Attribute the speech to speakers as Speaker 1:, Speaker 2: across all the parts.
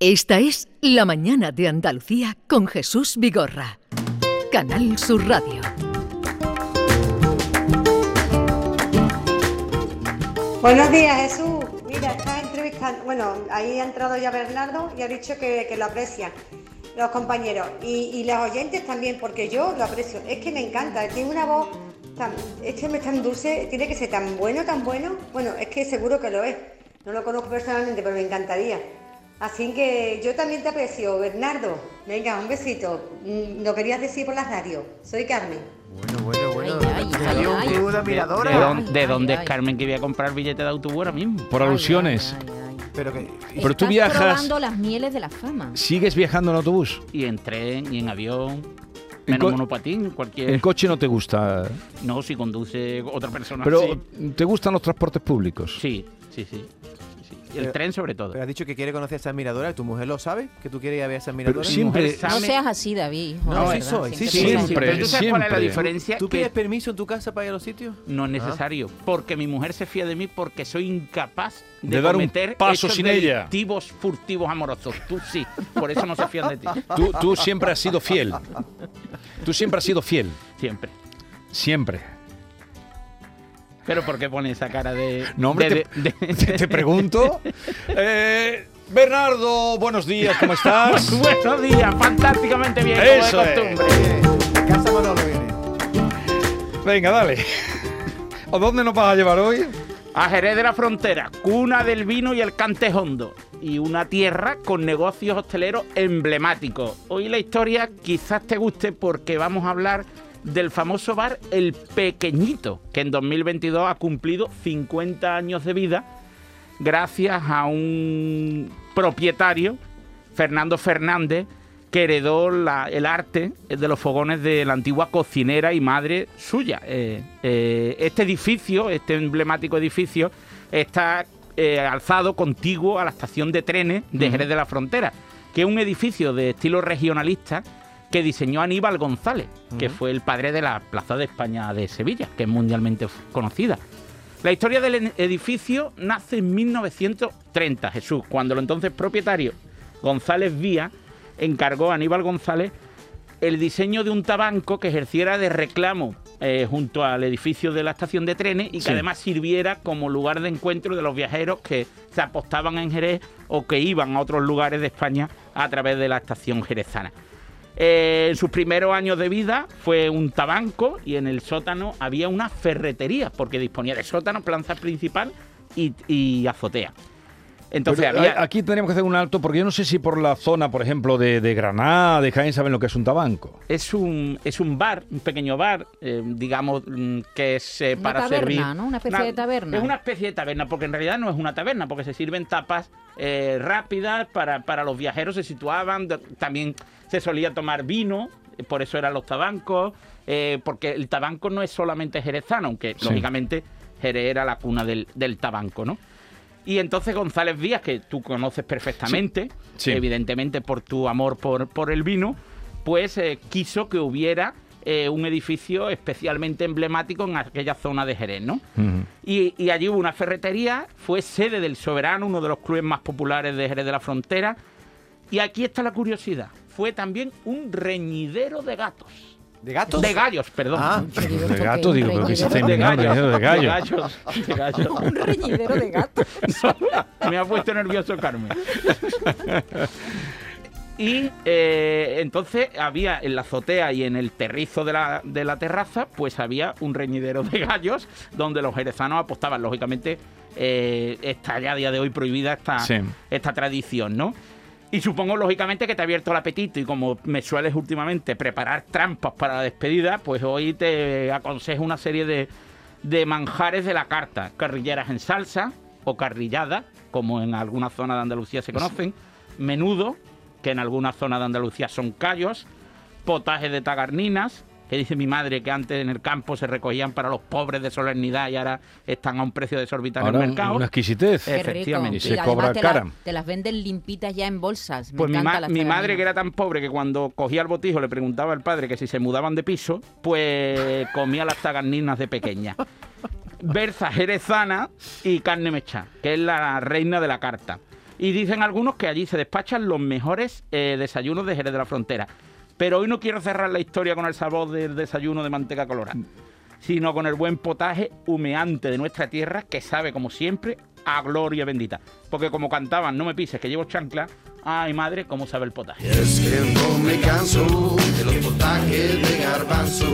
Speaker 1: Esta es La Mañana de Andalucía con Jesús Vigorra. Canal Sur Radio.
Speaker 2: Buenos días, Jesús. Mira, estás entrevistando. Bueno, ahí ha entrado ya Bernardo y ha dicho que, que lo aprecian los compañeros y, y los oyentes también, porque yo lo aprecio. Es que me encanta, tiene una voz tan. Este me tan dulce, tiene que ser tan bueno, tan bueno. Bueno, es que seguro que lo es. No lo conozco personalmente, pero me encantaría. Así que yo también te aprecio, Bernardo. Venga, un besito. Mm, Lo querías decir por la radio. Soy Carmen.
Speaker 3: Bueno, bueno, bueno.
Speaker 4: Ay, ay, ay,
Speaker 3: Hay un
Speaker 4: ay.
Speaker 3: club de
Speaker 5: ¿De,
Speaker 3: admiradora.
Speaker 5: dónde- de dónde es
Speaker 4: ay.
Speaker 5: Carmen que voy a comprar billete de autobús ahora mismo?
Speaker 6: Por alusiones.
Speaker 4: Ay, ay, ay.
Speaker 3: Pero que.
Speaker 6: Pero tú
Speaker 4: Estás
Speaker 6: viajas-
Speaker 4: probando las mieles de la fama.
Speaker 6: ¿Sigues viajando en autobús?
Speaker 5: Y en tren, y en avión.
Speaker 6: En Eh.
Speaker 5: Menos
Speaker 6: co-
Speaker 5: monopatín, cualquier.
Speaker 6: El coche no te gusta.
Speaker 5: no, si conduce otra persona.
Speaker 6: Pero
Speaker 5: Ah, sí.
Speaker 6: ¿te gustan los transportes públicos?
Speaker 5: Sí, sí, sí. sí. Y el
Speaker 3: Pero-
Speaker 5: tren sobre todo.
Speaker 3: Pero has dicho que quiere conocer a esa admiradora. ¿Tu mujer lo sabe? ¿Que tú quieres ir a ver a esa admiradora?
Speaker 6: siempre-
Speaker 5: Mujer
Speaker 4: No
Speaker 5: sabe-
Speaker 4: seas así, David. hijo,
Speaker 3: No,
Speaker 4: de
Speaker 3: sí
Speaker 4: verdad,
Speaker 3: soy, sí,
Speaker 4: siempre
Speaker 6: sí,
Speaker 4: lo-
Speaker 6: siempre,
Speaker 5: Pero tú sabes cuál es la
Speaker 6: siempre.
Speaker 5: diferencia.
Speaker 3: ¿Tú
Speaker 5: Que
Speaker 3: pides permiso en tu casa para ir a los sitios?
Speaker 5: No es necesario, porque mi mujer se fía de mí porque soy incapaz de,
Speaker 6: De dar un
Speaker 5: cometer
Speaker 6: paso
Speaker 5: hechos
Speaker 6: sin ella.
Speaker 5: delictivos furtivos amorosos. Tú sí, por eso no se fían de ti.
Speaker 6: Tú, tú siempre has sido fiel. Tú siempre has sido fiel.
Speaker 5: Siempre.
Speaker 6: Siempre.
Speaker 5: Pero ¿por qué pone esa cara de...
Speaker 6: No, hombre,
Speaker 5: de-
Speaker 6: te,
Speaker 5: de- de-
Speaker 6: te- te pregunto. Eh, Bernardo, buenos días, ¿cómo estás?
Speaker 5: Buenos días, fantásticamente bien,
Speaker 6: Eso
Speaker 5: como de
Speaker 6: es.
Speaker 5: costumbre.
Speaker 3: Eh, De casa Manolo viene.
Speaker 6: Venga, dale. ¿A dónde nos vas a llevar hoy?
Speaker 5: A Jerez de la Frontera, cuna del vino y el cantejondo. Y una tierra con negocios hosteleros emblemáticos. Hoy la historia quizás te guste porque vamos a hablar del famoso bar El Pequeñito, que en 2022 ha cumplido 50 años de vida gracias a un propietario, Fernando Fernández, que heredó la- el arte de los fogones de la antigua cocinera y madre suya. Eh, eh, este edificio, este emblemático edificio, está eh, alzado contiguo a la estación de trenes de Jerez de la Frontera, que es un edificio de estilo regionalista que diseñó Aníbal González, que fue el padre de la Plaza de España de Sevilla, que es mundialmente f- conocida. La historia del en- edificio nace en 1930, Jesús, cuando el entonces propietario González Vía encargó a Aníbal González el diseño de un tabanco que ejerciera de reclamo eh, junto al edificio de la estación de trenes y que
Speaker 6: Sí.
Speaker 5: además sirviera como lugar de encuentro de los viajeros que se apostaban en Jerez o que iban a otros lugares de España a través de la estación jerezana. Eh, en sus primeros años de vida fue un tabanco y en el sótano había una ferretería, porque disponía de sótano, plaza principal y, y azotea. Entonces
Speaker 6: Pero
Speaker 5: había.
Speaker 6: a- Aquí tendríamos que hacer un alto porque yo no sé si por la zona, por ejemplo, de, de Granada, de Jaén, saben lo que es un tabanco.
Speaker 5: Es un, es un bar, un pequeño bar, eh, digamos, mm, que es eh,
Speaker 4: Una
Speaker 5: para
Speaker 4: taberna,
Speaker 5: servir.
Speaker 4: ¿no? Una especie de taberna.
Speaker 5: Es una especie de taberna, porque en realidad no es una taberna, porque se sirven tapas eh, rápidas para, para los viajeros, se situaban, de- también se solía tomar vino, eh, por eso eran los tabancos, eh, porque el tabanco no es solamente jerezano, aunque
Speaker 6: Sí.
Speaker 5: lógicamente Jerez era la cuna del, del tabanco, ¿no? Y entonces González Díaz, que tú conoces perfectamente,
Speaker 6: Sí.
Speaker 5: evidentemente por tu amor por, por el vino, pues eh, quiso que hubiera eh, un edificio especialmente emblemático en aquella zona de Jerez, ¿no?
Speaker 6: Ujú.
Speaker 5: Y, y allí hubo una ferretería, fue sede del Soberano, uno de los clubes más populares de Jerez de la Frontera. Y aquí está la curiosidad, fue también un reñidero de gatos.
Speaker 3: ¿De gatos?
Speaker 5: De gallos, perdón.
Speaker 3: Ah,
Speaker 4: Yo digo,
Speaker 6: De
Speaker 4: ¿esto
Speaker 6: gato,
Speaker 4: qué?
Speaker 6: digo,
Speaker 4: Un
Speaker 6: pero que se
Speaker 4: reñidero
Speaker 6: hacen de gato, ¿eh? de
Speaker 5: De
Speaker 6: gallo.
Speaker 5: gallos. de gallos.
Speaker 4: Un reñidero de gatos.
Speaker 5: Me ha puesto nervioso Carmen. Y eh, entonces había en la azotea y en el terrizo de la, de la terraza, pues había un reñidero de gallos donde los jerezanos apostaban. Lógicamente, eh, está ya a día de hoy prohibida esta,
Speaker 6: Sí.
Speaker 5: esta tradición, ¿no? Y supongo, lógicamente, que te ha abierto el apetito y como me sueles últimamente preparar trampas para la despedida, pues hoy te aconsejo una serie de, de manjares de la carta. Carrilleras en salsa o carrilladas, como en alguna zona de Andalucía se conocen. Menudo, que en alguna zona de Andalucía son callos. Potajes de tagarninas, que dice mi madre que antes en el campo se recogían para los pobres de solemnidad y ahora están a un precio desorbitado en
Speaker 6: Ahora
Speaker 5: el
Speaker 6: un-
Speaker 5: mercado.
Speaker 6: una exquisitez.
Speaker 5: Eh,
Speaker 4: Qué rico.
Speaker 5: Efectivamente. Y
Speaker 6: se
Speaker 4: además
Speaker 6: cobra
Speaker 4: te la- Ah,
Speaker 6: cara.
Speaker 4: te las venden limpitas ya en bolsas. Me
Speaker 5: Pues mi,
Speaker 4: encanta
Speaker 5: ma-
Speaker 4: las
Speaker 5: mi
Speaker 4: traen.
Speaker 5: madre, que era tan pobre que cuando cogía el botijo le preguntaba al padre que si se mudaban de piso, pues comía las tagarninas de pequeña. Berza jerezana y carne mechá, que es la reina de la carta. Y dicen algunos que allí se despachan los mejores eh, desayunos de Jerez de la Frontera. Pero hoy no quiero cerrar la historia con el sabor del desayuno de manteca colorada, sino con el buen potaje humeante de nuestra tierra que sabe, como siempre, a gloria bendita. Porque como cantaban, no me pises, que llevo chancla, ay madre, cómo sabe el potaje.
Speaker 7: Y es que no me canso de los potajes de garbanzo.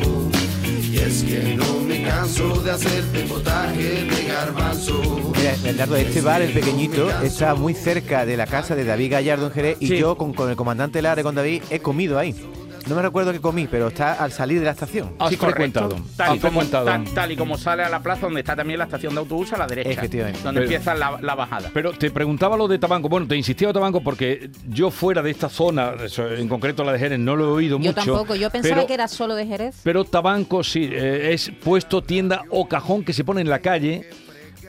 Speaker 7: Y es que no me canso de hacerte potaje de garbanzo.
Speaker 3: Mira, Leonardo, este bar, el pequeñito, está muy cerca de la casa de David Gallardo en Jerez y
Speaker 5: Sí.
Speaker 3: yo con, con el comandante Lara y con David he comido ahí. No me recuerdo qué comí, pero está al salir de la estación.
Speaker 6: Has
Speaker 5: Sí, correcto.
Speaker 6: frecuentado.
Speaker 5: Tal y,
Speaker 6: has
Speaker 5: como,
Speaker 6: frecuentado.
Speaker 5: tal- tal y como sale a la plaza donde está también la estación de autobús a la derecha.
Speaker 3: Efectivamente.
Speaker 5: Donde
Speaker 6: Pero-
Speaker 5: empieza la, la bajada.
Speaker 6: Pero te preguntaba lo de Tabanco. Bueno, te insistía Tabanco porque yo fuera de esta zona, eso, en concreto la de Jerez, no lo he oído
Speaker 4: Yo
Speaker 6: mucho.
Speaker 4: tampoco, yo pensaba
Speaker 6: pero-
Speaker 4: que era solo de Jerez.
Speaker 6: Pero Tabanco sí, eh, es puesto, tienda o cajón que se pone en la calle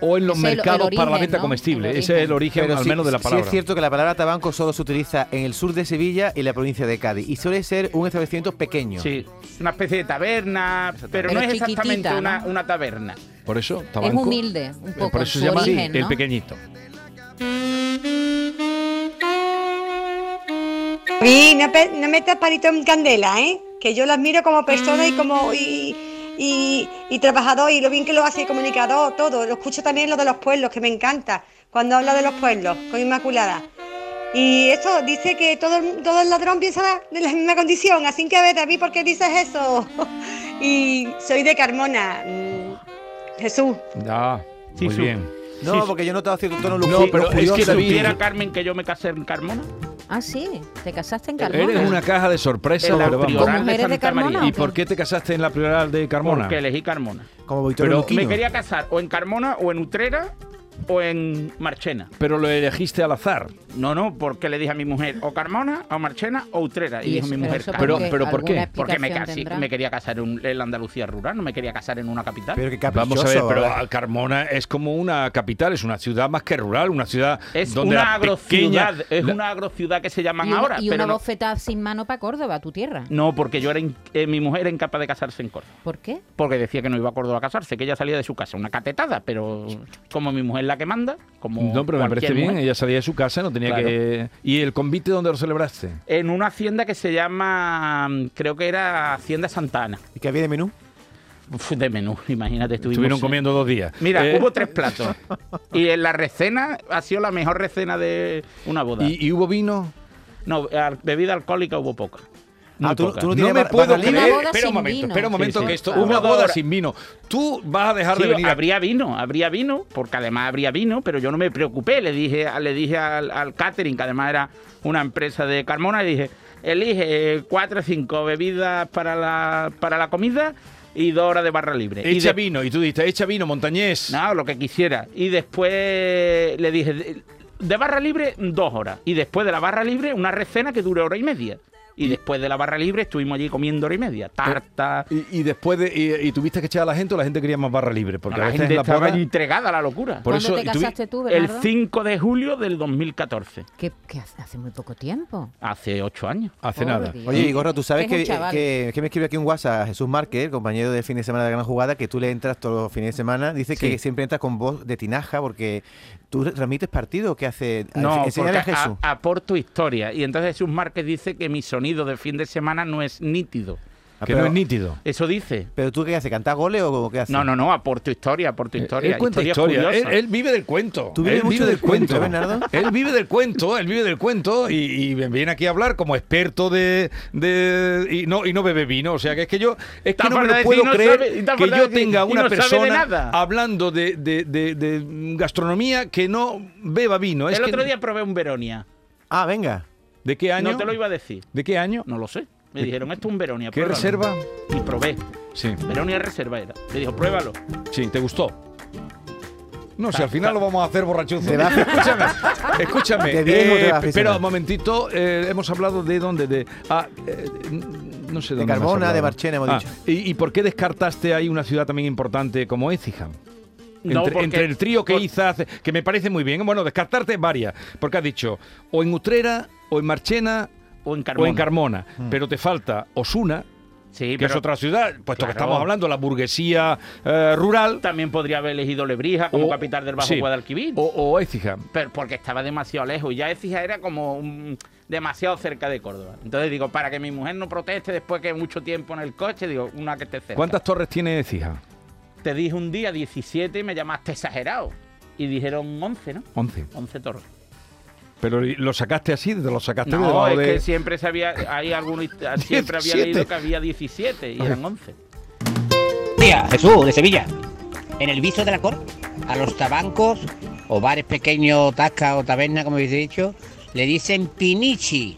Speaker 6: o en los
Speaker 4: Ese es el- el
Speaker 6: mercados para la
Speaker 4: origen,
Speaker 6: venta
Speaker 4: ¿no?
Speaker 6: comestible.
Speaker 4: El
Speaker 6: Ese es el
Speaker 4: origen.
Speaker 6: origen al
Speaker 3: sí-
Speaker 6: menos de la
Speaker 3: sí
Speaker 6: palabra.
Speaker 3: es cierto que la palabra tabanco solo se utiliza en el sur de Sevilla y la provincia de Cádiz. Y suele ser un establecimiento pequeño.
Speaker 5: Sí, una especie de taberna, pero,
Speaker 4: Pero
Speaker 5: no es exactamente
Speaker 4: chiquitita,
Speaker 5: una,
Speaker 4: ¿no?
Speaker 5: una taberna.
Speaker 6: Por eso Tabanco.
Speaker 4: es humilde, un
Speaker 6: eh,
Speaker 4: poco.
Speaker 6: Por eso
Speaker 4: su
Speaker 6: se llama
Speaker 4: origen,
Speaker 6: el
Speaker 4: ¿no?
Speaker 6: pequeñito.
Speaker 2: Y no, pe- no metas palito en candela, ¿eh? Que yo las miro como persona y como y, y- y trabajador y lo bien que lo hace el comunicador, todo. Lo escucho también lo de los pueblos, que me encanta, cuando habla de los pueblos, con Inmaculada. Y eso, dice que todo, el- todo el ladrón piensa de la misma condición, así que vete a mí, ¿por qué dices eso? y soy de Carmona, mm, Jesús.
Speaker 6: Ah,
Speaker 5: Sí,
Speaker 6: muy
Speaker 5: su-
Speaker 6: bien.
Speaker 3: No,
Speaker 5: Sí,
Speaker 3: porque yo he notado cierto tono
Speaker 6: No,
Speaker 3: lujurio-
Speaker 6: pero es que
Speaker 3: lujurioso en
Speaker 6: David-
Speaker 3: ti.
Speaker 5: ¿Supiera Carmen que yo me casé en Carmona?
Speaker 4: Ah, sí, te casaste en Carmona.
Speaker 6: Eres una caja de
Speaker 5: en
Speaker 6: sorpresas,
Speaker 5: la
Speaker 6: pero vamos.
Speaker 5: Prioral de
Speaker 4: mujeres de
Speaker 5: Santa
Speaker 4: Carmona,
Speaker 5: María.
Speaker 6: ¿Y por qué te casaste en la prioral de Carmona?
Speaker 5: Porque elegí Carmona.
Speaker 3: Como Victorio
Speaker 6: Pero-
Speaker 3: Luquino.
Speaker 5: Me quería casar o en Carmona, o en Utrera, o en Marchena.
Speaker 6: Pero lo elegiste al azar.
Speaker 5: No, no, porque le dije a mi mujer o Carmona, o Marchena, o Utrera. Y,
Speaker 4: Y
Speaker 5: dijo
Speaker 4: eso-
Speaker 5: mi
Speaker 4: pero
Speaker 5: mujer
Speaker 4: eso
Speaker 5: Carmona.
Speaker 6: Pero- pero ¿por qué?
Speaker 4: alguna
Speaker 5: Porque me,
Speaker 4: explicación
Speaker 5: casé-
Speaker 4: tendrá.
Speaker 5: me quería casar en, en la Andalucía rural, no me quería casar en una capital.
Speaker 3: Pero qué caprichoso.
Speaker 6: Vamos a ver, pero
Speaker 3: ¿verdad?
Speaker 6: ah, Carmona es como una capital, es una ciudad más que rural, una ciudad
Speaker 5: es
Speaker 6: donde
Speaker 5: una
Speaker 6: la pequeña,
Speaker 5: agrociudad, es
Speaker 6: la-
Speaker 5: una agrociudad que se llaman
Speaker 4: y una,
Speaker 5: ahora.
Speaker 4: y
Speaker 5: pero
Speaker 4: una
Speaker 5: no,
Speaker 4: bofetada sin mano para Córdoba, tu tierra.
Speaker 5: no, porque yo era in- eh, mi mujer era incapaz de casarse en Córdoba.
Speaker 4: ¿Por qué?
Speaker 5: Porque decía que no iba a Córdoba a casarse, que ella salía de su casa, una catetada, pero como mi mujer la que manda, como
Speaker 6: No, pero me
Speaker 5: cualquier
Speaker 6: parece bien,
Speaker 5: mujer.
Speaker 6: ella salía de su casa, no tenía
Speaker 5: Claro.
Speaker 6: que... ¿Y el convite dónde lo celebraste?
Speaker 5: En una hacienda que se llama, mm, creo que era Hacienda Santa Ana.
Speaker 3: ¿Y qué había de menú?
Speaker 5: Uf, de menú, imagínate, estuvimos-
Speaker 6: Estuvieron comiendo dos días.
Speaker 5: Mira,
Speaker 6: Eh,
Speaker 5: hubo tres platos. Y en la recena ha sido la mejor recena de una boda.
Speaker 6: ¿Y, y hubo vino?
Speaker 5: No, al- bebida alcohólica hubo poca. Muy
Speaker 3: Ah, tú-
Speaker 5: poca.
Speaker 3: tú no
Speaker 6: No
Speaker 3: tienes
Speaker 6: me
Speaker 3: ba-
Speaker 6: puedo
Speaker 3: barra libre.
Speaker 6: creer.
Speaker 4: boda
Speaker 6: Espera un
Speaker 4: sin
Speaker 6: momento,
Speaker 4: vino.
Speaker 6: espera un momento
Speaker 5: Sí, sí.
Speaker 6: que esto...
Speaker 5: Por
Speaker 6: Una
Speaker 5: favor.
Speaker 6: boda sin vino. Tú vas a dejar
Speaker 5: Sí,
Speaker 6: de venir a-
Speaker 5: habría vino, habría vino, porque además habría vino, pero yo no me preocupé. Le dije, a- le dije al, al catering, que además era una empresa de Carmona, le dije, elige eh, cuatro o cinco bebidas para la, para la comida y dos horas de barra libre. Eh, Y
Speaker 6: Echa
Speaker 5: de-
Speaker 6: vino, y tú dijiste, echa vino, montañés.
Speaker 5: No, lo que quisiera. Y después le dije, de, de barra libre, dos horas. Y después de la barra libre, una recena que dure hora y media. Y después de la barra libre estuvimos allí comiendo hora y media. Tarta.
Speaker 6: Y, y después de, y, y tuviste que echar a la gente o la gente quería más barra libre, porque
Speaker 5: la
Speaker 6: a veces
Speaker 5: gente
Speaker 6: en la
Speaker 5: estaba
Speaker 6: boda...
Speaker 5: entregada a la locura.
Speaker 6: Por
Speaker 4: ¿Cuándo
Speaker 6: eso-
Speaker 4: te
Speaker 6: y tú-
Speaker 4: casaste tú,
Speaker 5: El
Speaker 4: Bernardo?
Speaker 5: 5 de julio del 2014,
Speaker 4: Que, que hace hace muy poco tiempo.
Speaker 5: hace ocho años.
Speaker 6: Hace
Speaker 4: Pobre
Speaker 6: nada.
Speaker 4: Dios.
Speaker 3: Oye, Igorra, tú sabes
Speaker 4: Es un
Speaker 3: que,
Speaker 4: chaval.
Speaker 3: que- que me escribe aquí un WhatsApp a Jesús Márquez, el compañero del fin de semana de la gran jugada, que tú le entras todos los fines de semana. Dice que siempre entras con voz de tinaja porque tú transmites partido. ¿Qué hace?
Speaker 6: Ah,
Speaker 5: No,
Speaker 3: Enseñale
Speaker 5: porque
Speaker 3: a Jesús.
Speaker 5: a- aporto historia. Y entonces Jesús Márquez dice que mi sonido de fin de semana no es nítido.
Speaker 3: Ah,
Speaker 6: Que
Speaker 3: pero-
Speaker 6: no Ah, es nítido.
Speaker 5: Eso dice.
Speaker 3: ¿Pero tú qué haces? ¿Cantas goles o qué haces?
Speaker 5: No, no, no, aporto historia, aporto historia.
Speaker 6: Él cuenta
Speaker 5: historias
Speaker 6: Eh, historia. Él,
Speaker 5: curiosas.
Speaker 6: él vive del cuento.
Speaker 3: Tú vives
Speaker 6: él
Speaker 3: mucho
Speaker 6: vive
Speaker 3: del cuento, ¿eh, Bernardo?
Speaker 6: Él vive del cuento, él vive del cuento y, y viene aquí a hablar como experto de, de- y no y no bebe vino, o sea que es que yo es
Speaker 5: Está
Speaker 6: que no me
Speaker 5: por
Speaker 6: lo
Speaker 5: decir,
Speaker 6: puedo
Speaker 5: no
Speaker 6: creer
Speaker 5: sabe, y está
Speaker 6: que
Speaker 5: por
Speaker 6: yo
Speaker 5: decir,
Speaker 6: tenga
Speaker 5: y
Speaker 6: una
Speaker 5: no sabe de
Speaker 6: persona
Speaker 5: nada.
Speaker 6: hablando de, de- de- de gastronomía que no beba vino. Es
Speaker 5: El
Speaker 6: que-
Speaker 5: otro día probé un Veronia.
Speaker 3: Ah, venga.
Speaker 6: ¿De qué año?
Speaker 5: No te lo iba a decir.
Speaker 6: ¿De qué año?
Speaker 5: No lo sé. Me dijeron, esto es un Veronia.
Speaker 6: ¿Qué
Speaker 5: pruébalo".
Speaker 6: reserva?
Speaker 5: Y probé.
Speaker 6: Sí,
Speaker 5: Veronia reserva era. Me dijo, pruébalo.
Speaker 6: sí, ¿te gustó? No, si
Speaker 5: Ta-
Speaker 6: al final lo vamos a hacer borrachuzo.
Speaker 3: Te va a-
Speaker 6: Escúchame, escúchame. eh,
Speaker 3: De viejo te va a aficionar.
Speaker 6: pero un momentito, eh, hemos hablado de dónde, de ah, eh, n- no sé
Speaker 3: De
Speaker 6: dónde me has
Speaker 3: Carmona,
Speaker 6: hablado.
Speaker 3: de Marchena, hemos
Speaker 6: Ah,
Speaker 3: dicho.
Speaker 6: ¿y, y por qué descartaste ahí una ciudad también importante como Écija?
Speaker 5: No,
Speaker 6: entre,
Speaker 5: porque-
Speaker 6: entre el trío que
Speaker 5: por-
Speaker 6: hizo, hace- que me parece muy bien. Bueno, descartarte varias, porque has dicho o en Utrera, o en Marchena,
Speaker 5: O en Carmona.
Speaker 3: Mm.
Speaker 6: o en Carmona, pero te falta Osuna,
Speaker 5: Sí,
Speaker 6: que
Speaker 5: pero-
Speaker 6: es otra ciudad, puesto
Speaker 5: Claro.
Speaker 6: que estamos hablando de la burguesía eh, rural.
Speaker 5: También podría haber elegido Lebrija como
Speaker 6: O-
Speaker 5: capital del Bajo
Speaker 6: sí.
Speaker 5: Guadalquivir.
Speaker 6: O, o Écija.
Speaker 5: pero porque estaba demasiado lejos. Ya Écija era como mm, demasiado cerca de Córdoba. Entonces digo, para que mi mujer no proteste después que mucho tiempo en el coche, digo, una que esté cerca.
Speaker 6: ¿Cuántas torres tiene Écija?
Speaker 5: Te dije un día 17 y me llamaste exagerado. Y dijeron 11, ¿no?
Speaker 6: Once.
Speaker 5: 11 torres.
Speaker 6: Pero lo sacaste así, te lo sacaste de
Speaker 5: No,
Speaker 6: debajo
Speaker 5: es
Speaker 6: de-
Speaker 5: que siempre se había, hay algunos, siempre había
Speaker 6: 17.
Speaker 5: leído que había 17 y eran 11.
Speaker 8: Día, Jesús, de Sevilla. En el viso de la cor, a los tabancos o bares pequeños, tasca o taberna, como habéis dicho, le dicen pinichi.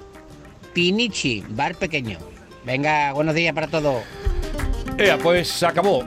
Speaker 8: Pinichi, bar pequeño. Venga, buenos días para todos.
Speaker 6: Ea, pues se acabó.